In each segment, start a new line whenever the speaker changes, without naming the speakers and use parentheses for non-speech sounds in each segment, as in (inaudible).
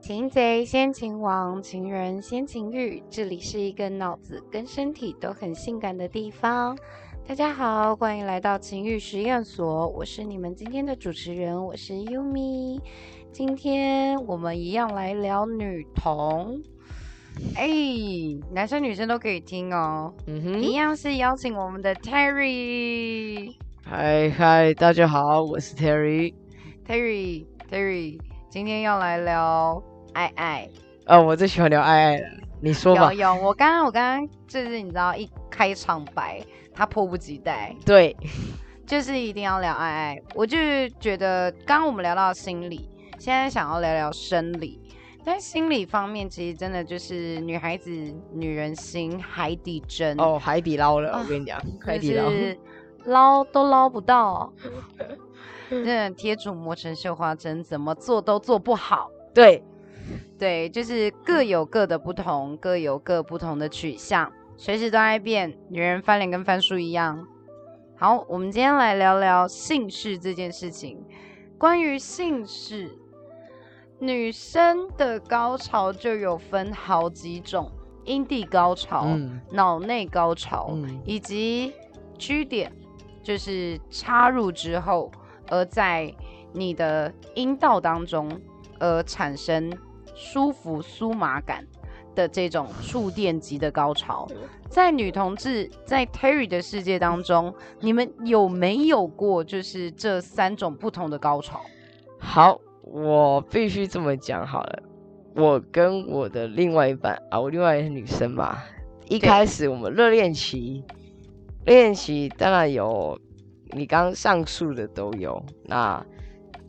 擒贼先擒王，擒人先擒欲。这里是一个脑子跟身体都很性感的地方。大家好，欢迎来到情欲实验所，我是你们今天的主持人，我是 Yumi。今天我们一样来聊女同，哎，男生女生都可以听哦。
嗯
一
哼，
样是邀请我们的 Terry。
嗨嗨，大家好，我是 Terry。
Terry Terry，今天要来聊爱爱。
啊，我最喜欢聊爱爱了，你说吧
有。有，我刚刚我刚刚就是你知道一开场白，他迫不及待，
对，
就是一定要聊爱爱。我就是觉得刚刚我们聊到心理，现在想要聊聊生理。但心理方面，其实真的就是女孩子、女人心、海底针，
哦，海底捞了，
啊
我跟你讲，海
就
底捞。
是捞都捞不 (laughs) 到。那铁杵磨成绣花针，怎么做都做不好。
对，
对，就是各有各的不同，各有各不同的取向，随时都在变。女人翻脸跟翻书一样。好，我们今天来聊聊姓氏这件事情。关于姓氏，女生的高潮就有分好几种：阴蒂高潮、
嗯
脑内高潮，
嗯，
以及居点，就是插入之后，而在你的阴道当中，而产生舒服酥麻感的这种触电级的高潮。在女同志在 Terry 的世界当中，你们有没有过就是这三种不同的高潮？
好，我必须这么讲好了。我跟我的另外一半啊，我另外一个女生嘛，一
对
开始我们热恋期，热恋期当然有你刚上述的都有。那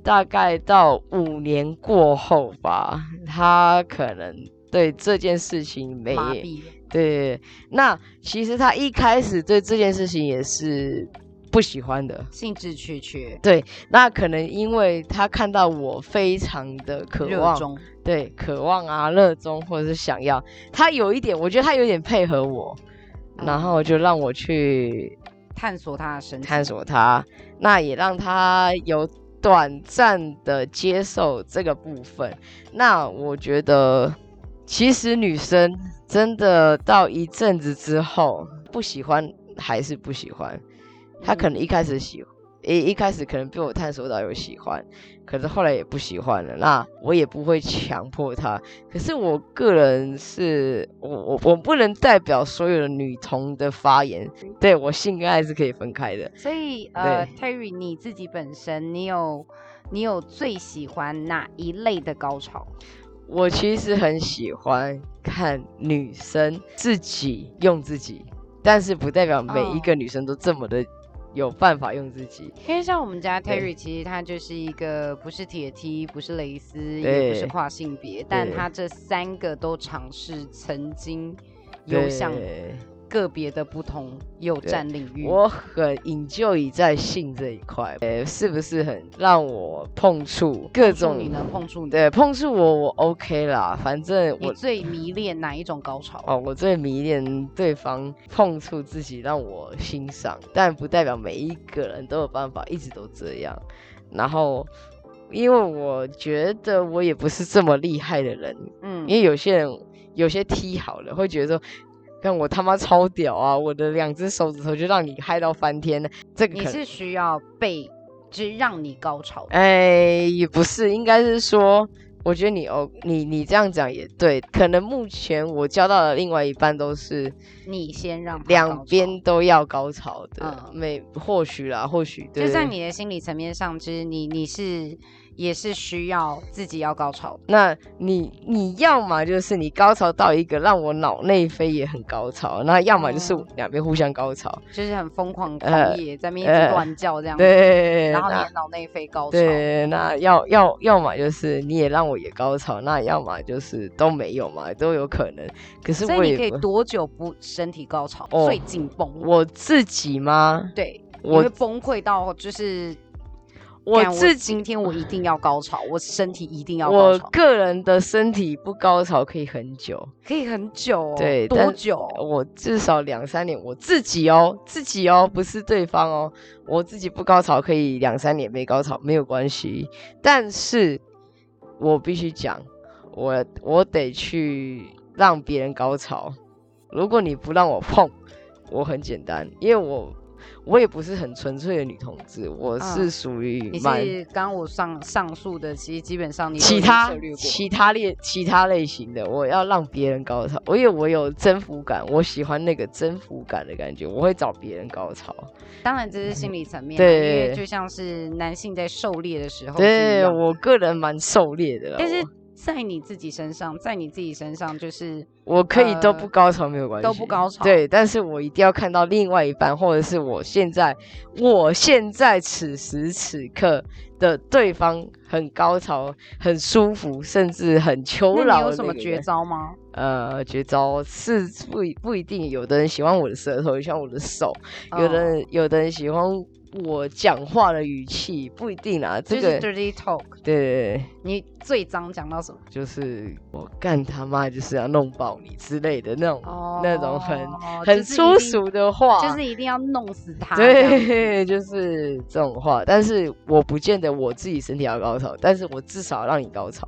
大概到五年过后吧，她可能对这件事情没
麻痹，
对。那其实她一开始对这件事情也是不喜欢的，
兴致缺缺，
那可能因为他看到我非常的渴
热
望，
衷，
对，渴望啊，热衷或者是想要，他有一点，我觉得他有点配合我，
哦
然后就让我去
探索他的身体，
探索他，那也让他有短暂的接受这个部分。那我觉得，其实女生真的到一阵子之后，不喜欢还是不喜欢，他可
嗯
能一开始喜，一一开始可能被我探索到有喜欢，可是后来也不喜欢了。那我也不会强迫他。可是我个人是我我我不能代表所有的女童的发言，对我性跟爱是可以分开的。
所以呃
对
，Terry，你自己本身，你有你有最喜欢哪一类的高潮？
我其实很喜欢看女生自己用自己，但是不代表每
哦
一个女生都这么的有办法用自己。
因为像我们家
对
Terry，其实他就是一个不是铁梯，不是蕾丝，也
对
不是跨性别，但
对
他这三个都尝试曾经有向
对
个别的不同有占领域。
我很引咎以在性这一块，呃，是不是很让我碰触各
碰触
种
你能碰触你，
对，碰触我我 OK 啦，反正
你
我
最迷恋哪一种高潮？
哦，我最迷恋对方碰触自己让我欣赏，但不代表每一个人都有办法一直都这样。然后，因为我觉得我也不是这么厉害的人，
嗯
因为有些人有些踢好了会觉得说。看我他妈超屌啊！我的两只手指头就让你嗨到翻天了，这个
你
可能
是需要被只让你高潮的，
哎，也不是，应该是说，我觉得你哦，你你这样讲也对。可能目前我交到的另外一半都是
你先让他高
两
潮
边都要高潮的，
嗯
每或许啦，或许对。
就在你的心理层面上，其实你你是也是需要自己要高潮的。
那你你要么就是你高潮到一个让我脑内飞也很高潮，那要么就是
哦
两边互相高潮。
就是很疯狂
呃
狂野，在那边一直
呃
乱叫这样子，
对，
然后你
那
的脑内飞高潮，
对，那要要要么就是你也让我也高潮，那要么就是都没有嘛，都有可能。可是
所
我
以你
也
可以
不
多久不身体高潮？
哦
最紧绷，
我自己吗？
对，你
我
会崩溃到就是
我
干
自己，
今天我一定要高潮，我身体一定要高
我
潮，
个人的身体不高潮可以很久，
可以很久、哦，
对
多
但
久？
我至少两三年，我自己哦，自己哦，不是对方哦，我自己不高潮可以两三年没高潮没有关系，但是我必须讲，我我得去让别人高潮。如果你不让我碰，我很简单，因为我我也不是很纯粹的女同志，我是
嗯
属于
你
蛮、
是刚我上上述的，其实基本上你都
其
已经
他
涉略过
其他类其他类型的，我要让别人高潮，因为我有征服感，我喜欢那个征服感的感觉，我会找别人高潮。
当然这是心理层面啊，因为
嗯对
就像是男性在狩猎的时候是一
对
样的，
我个人蛮狩猎的啦，
但是
我
在你自己身上，在你自己身上就是
我可以都
呃
不高潮没有关系，
都不高潮
对，但是我一定要看到另外一半，或者是我现在我现在此时此刻的对方很高潮、很舒服，甚至很求
那
饶。
你有什么绝？招吗？
呃，绝招是不一不一定，有的人喜欢我的舌头，喜欢我的手， (laughs) 有的
嗯
人有的人喜欢我讲话的语气，不一定啊。这
就是
个
dirty talk，
对对对，
你最脏讲到什么？
就是我干他妈就是要弄爆你之类的那种、
哦，
那种很
就
很
是
粗
一定
俗的话，
就是一定要弄死他。这样，
对，就是这种话。但是我不见得我自己身体要高潮，但是我至少让你高潮，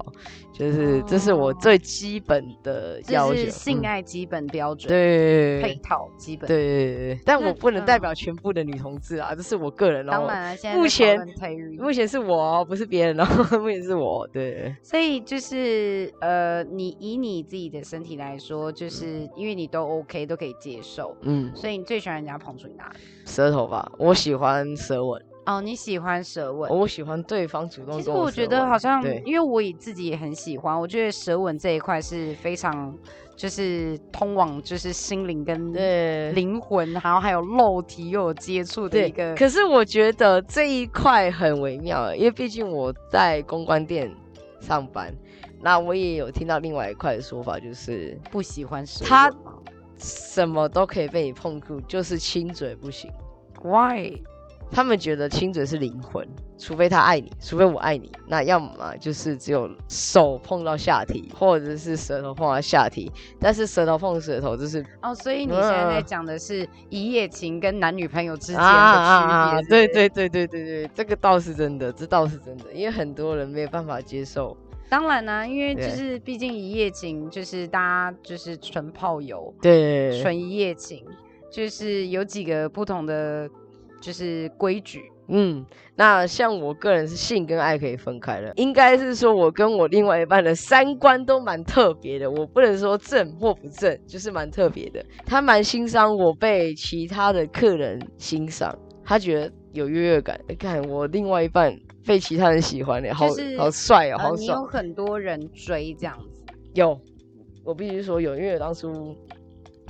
就是、这是我
哦
最基本的 (laughs) 要
这
求。
是性
嗯、
爱基本标准，
对
配套基本。
对对对对，但
那
我不能代
嗯
表全部的女同志啊，这是我个人哦。
当然啊，现在
目
在
前
讨论 Terry
目前是我哦，不是别人哦， (laughs) 目前是我。对，
所以就是呃，你以你自己的身体来说，就是因为你都 OK 都可以接受，
嗯，
所以你最喜欢人家碰触你哪里？
舌头吧，我喜欢舌吻，
哦，你喜欢舌吻。
我喜欢对方主动
其实
跟哦我
我
舌
觉得
吻
好像
对，
因为我也自己也很喜欢，我觉得舌吻这一块是非常就是通往就是心灵跟
对
灵魂，然后还有肉体又有接触的
对
一个。
可是我觉得这一块很微妙，因为毕竟我在公关店上班，那我也有听到另外一块的说法，就是
不喜欢舌吻
他
吗
什么都可以被你碰触，就是亲嘴不行。
why
他们觉得亲嘴是灵魂，除非他爱你，除非我爱你，那要么就是只有手碰到下体，或者是舌头碰到下体，但是舌头碰舌头就是
哦，所以你现在在
嗯啊
讲的是一夜情跟男女朋友之间的区别，是不
对
是
对对对对对，这个倒是真的，这倒是真的，因为很多人没有办法接受。
当然啦、因为就
对
是毕竟一夜情，就是大家就是纯炮友、
对，
纯一夜情，就是有几个不同的就是规矩。
嗯，那像我个人是性跟爱可以分开的，应该是说我跟我另外一半的三观都蛮特别的，我不能说正或不正，就是蛮特别的。他蛮欣赏我被其他的客人欣赏，他觉得有优越感。看我另外一半被其他人喜欢的，好、
是
好帅哦，
呃，
好
你
爽。
有很多人追这样子，
有，我必须说有，因为我当初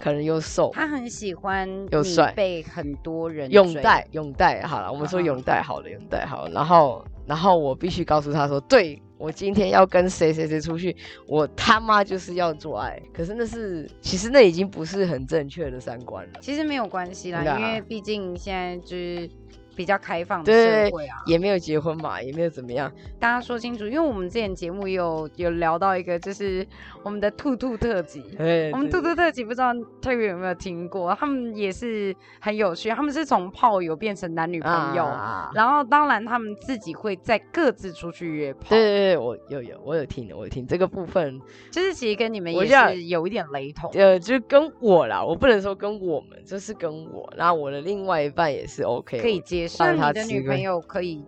可能又瘦，
他很喜欢
又
你
帅
被很多人
泳
追
带，泳带，好了，我们
嗯
说
嗯
泳带好了，泳带好了。然后，然后我必须告诉他说，对我今天要跟谁谁谁出去，我他妈就是要做爱。可是那是，其实那已经不是很正确的三观了，
其实没有关系啦，
真的啊
因为毕竟现在就是比较开放的
对
社会啊，
也没有结婚嘛，也没有怎么样。
大家说清楚。因为我们之前节目也有有聊到一个，就是我们的兔兔特辑。
哎，
我们
对
兔兔特辑不知道 Terry 有没有听过，他们也是很有趣，他们是从炮友变成男女朋友，
啊
然后当然他们自己会再各自出去约炮，
对对对，我有有我有听，我有听这个部分，
就是其实跟你们
我
也
想
是有一点雷同。
呃，就跟我啦，我不能说跟我们，就是跟我。那我的另外一半也是 OK，
可以
我
接受。
让
那你
他
的
吃
女朋
亏
友可以，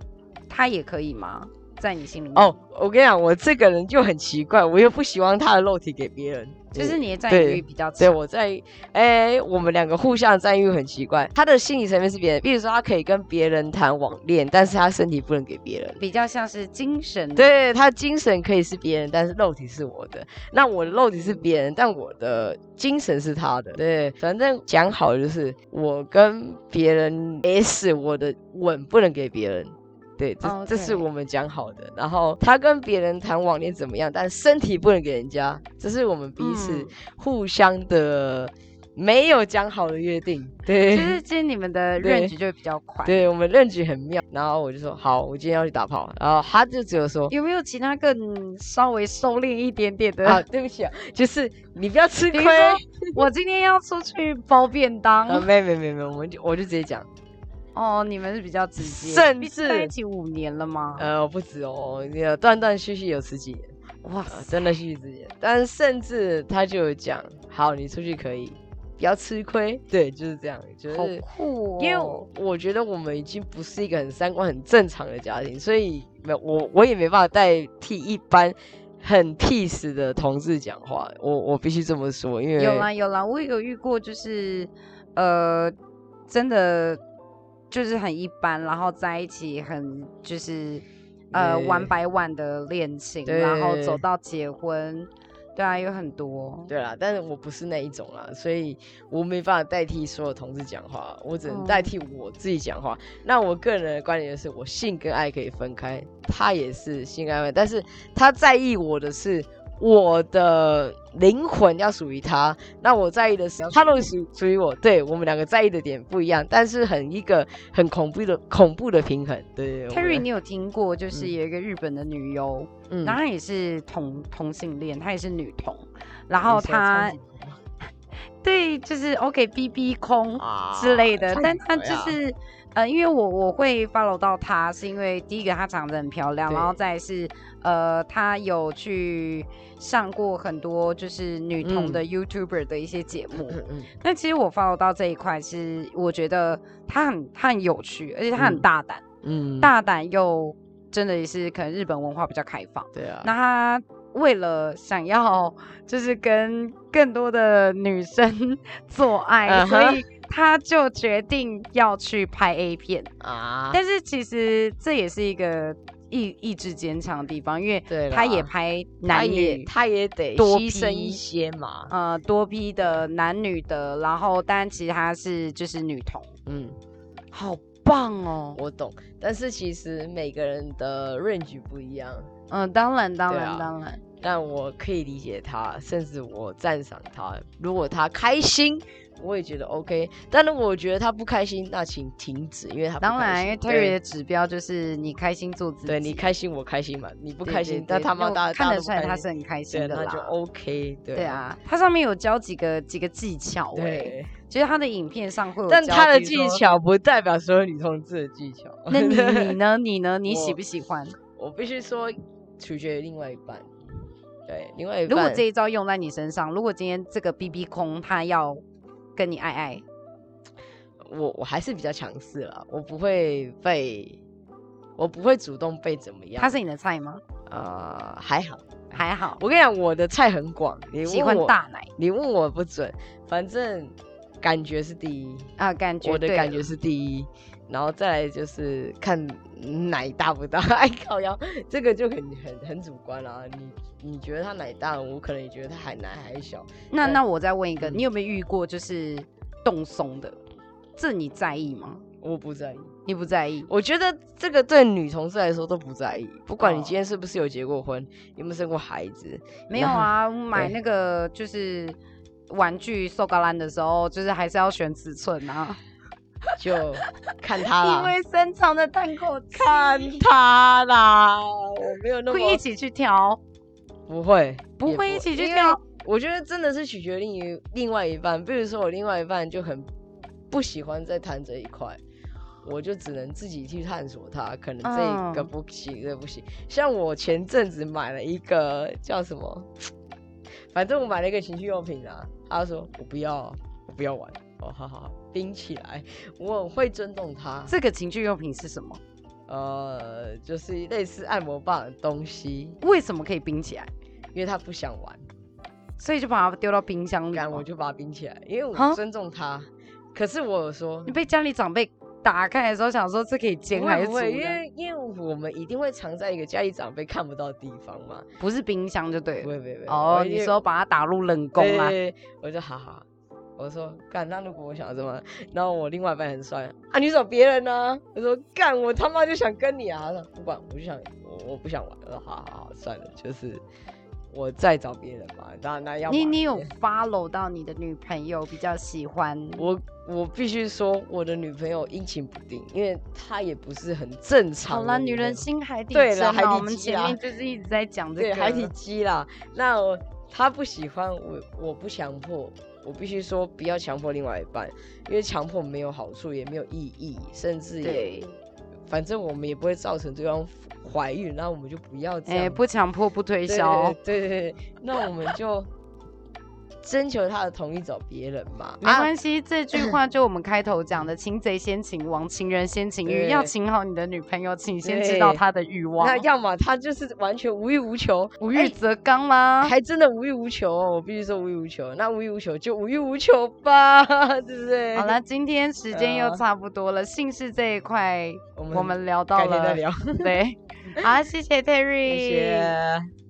她也可以吗？在你心里面，
哦，我跟你讲，我这个人就很奇怪，我又不希望他的肉体给别人，
就是你的占
对
有欲比较
对
强。
我在哎、我们两个互相的占有欲很奇怪。他的心理层面是别人，比如说他可以跟别人谈网恋，但是他身体不能给别人。
比较像是精神，
对他精神可以是别人，但是肉体是我的。那我的肉体是别人，但我的精神是他的。对，反正讲好了就是我跟别人 S，我的吻不能给别人。对，这、这是
哦 OK
我们讲好的。然后他跟别人谈网恋怎么样，但身体不能给人家，这是我们彼此
嗯
互相的没有讲好的约定。对，
就是其实你们的
对
认知就会比较宽。
对我们认知很妙。然后我就说好，我今天要去打炮。然后他就只有说
有没有其他更稍微收敛一点点
(laughs)
的？
啊，对不起啊，就是你不要吃
比
亏
如。说， (laughs) 我今天要出去包便当。
啊，没没没没，我们就我就直接讲，
哦，你们是比较直接，
甚
毕竟在
至
一起五年了吗？
呃，我不止哦，那个断断续续有十几年，
哇
呃
塞，
真的戏剧之间。但是甚至他就有讲，好，你出去可以，不要吃亏。对，就是这样，就是
好酷哦！
因为我我觉得我们已经不是一个很三观很正常的家庭，所以没有我我也没办法代替一般很 peace 的同志讲话，我我必须这么说，因为
有啊啦有啦，我有遇过，就是呃，真的就是很一般，然后在一起很就是呃
对
one by one 的恋情，然后走
对
到结婚，对啊，有很多。
对啦，但是我不是那一种啦，所以我没办法代替所有同志讲话，我只能代
哦
替我自己讲话。那我个人的观点就是，我性跟爱可以分开，他也是性跟爱，但是他在意我的是我的灵魂要属于他，那我在意的是他如果属属于我，对我们两个在意的点不一样，但是很一个很恐怖的恐怖的平衡。对
Terry，
你
你有听过，就是
嗯
有一个日本的女优，
嗯
然后她也是同同性恋，她也是女同，然
你
后
喜欢
她
苍井空吗
对就是 OK B B 空，
啊
之类的，
苍
但
井
她
空
就
呀
是呃，因为我我会 follow 到她，是因为第一个她长得很漂亮，然后
对
再来是呃，她有去上过很多就是女同
嗯
的 YouTuber 的一些节目。
嗯嗯
那其实我 follow 到这一块是，我觉得她很她很有趣，而且她很
嗯
大胆，
嗯，
大胆又真的也是可能日本文化比较开放。
对啊，
那他为了想要就是跟更多的女生 (laughs) 做爱
嗯
所
哼
以他就决定要去拍 A 片。
啊，
但是其实这也是一个意意志坚强的地方，因为
对
他也
啦
拍
他
男
也
女。
他也得
多
牺牲一
批
些嘛。
呃，多批的男女的，然后但其实他是就是女同，
嗯，
好棒哦。
我懂。但是其实每个人的 range 不一样，
嗯、当然，当
对
然，
啊
当然，
但我可以理解他，甚至我赞赏他。如果他开心，我也觉得 OK。但如果我觉得他不开心，那请停止，因为他不
当
开
然，
心
因为 Terry 的
对
指标就是你开心做自己，
对你开心，我开心嘛。你不
不
开心，那他妈大家
看
大
得
家都
出
不
来
开
他
心
是很开
对，
心的
那
啦。
就 OK 对。
对啊，它上面有教几个几个技巧哎、
对，
就是它的影片上会有教。
但他的
比
技
如说，
巧不代表所有女同志的技巧。
(laughs) 那你你呢？你呢？你
我
喜不喜欢？
我必须说，取决于另外一半。对，另外一
如
半。
果这一招用在你身上，如果今天这个 B B 空他要跟你爱爱，
我我还是比较强势啦，我不会被，我不会主动被怎么样。
他是你的菜吗？
呃还好，
还好，
我跟你讲，我的菜很广，你
喜
问
欢
我，
大奶
你问我不准，反正感觉是第一，
啊、感觉
我的
对
感
了
觉是第一，然后再来就是看奶大不大， (laughs) 哎靠腰，这个就很很很主观啦、你你觉得他奶大，我可能也觉得他还奶还小，
那
对
那我再问一个，
嗯
你有没有遇过就是动松的？这你在意吗？
我不在意。
你不在意？
我觉得这个对女同志来说都不在意，不管你
哦
今天是不是有结过婚，有没有生过孩子，
没有
然后
啊，
(laughs)
我买
对
那个就是玩具瘦高兰的时候，就是还是要选尺寸
(laughs)
啊，
就看他 (laughs)
因
啦，
为深藏的弹
(laughs)
口
啊看他啦，我没有那
会一
么
起去调，
不会，
不
也
会一起去
因为
调。
我觉得真的是取决于另外一半，比如说我另外一半就很不喜欢在谈这一块。我就只能自己去探索它，可能这个
嗯
不行，这个不行。像我前阵子买了一个叫什么，反正我买了一个情趣用品啊，他说我不要，我不要玩，哦，好好好，冰起来，我很会尊重他。
这个情趣用品是什么？
呃，就是类似按摩棒的东西，
为什么可以冰起来？
因为他不想玩，
所以就把它丢到冰箱里吗。
然后我就把它冰起来，因为
哦哈
我尊重他。可是我有说
你，被家里长辈打开的时候，想说这可以煎
不
还
会
是
不
煮
会，因
的？
为因为我们一定会藏在一个家里长辈看不到的地方嘛。
不是冰箱就对
不
了。
会不会不会。
哦
我，一
你
定
说把它打入冷宫
对
啦？
对对我就好好好，我说干，那如果我想要这么，然后我另外一半很帅啊，你找别人呢、我说干，我他妈就想跟你啊，他说不管，我就想我我不想玩，我说好好好，算了，就是我再找别人吧。那那要
你
么
你有 follow 到你的女朋友比较喜欢？
我我必须说，我的女朋友阴晴不定，因为她也不是很正常
好
的
啦，女
朋
人
友
心海底
对
针
啦海
啊，
底
我们
鸡
前
啦
面就是一直在讲这
对
个
海底鸡啊啦。那我他不喜欢我，我不强迫，我必须说不要强迫另外一半，因为强迫没有好处，也没有意义，甚至也
对
反正我们也不会造成对方怀孕，那我们就不要这
哎、
样。
不强迫，不推
对
销哦，
对对对对，那我们就征求他的同意找别人嘛。啊
没关
(clears throat)
系。这句话就我们开头讲的“擒贼先擒王，擒人先擒欲”，要
对
擒好你的女朋友，请先知道
对
她的欲
啊，
望。
那要么他就是完全无欲无求，
无欲则刚啦、
还真的无欲无求哦，我必须说无欲无求。那无欲无求就无欲无求吧， (laughs) 对不对？
好了，，今天时间又
呃
差不多了，姓氏这一块
我们
我们聊到
改天
了
再，聊， (laughs)
对，好，谢谢 Terry，
谢谢。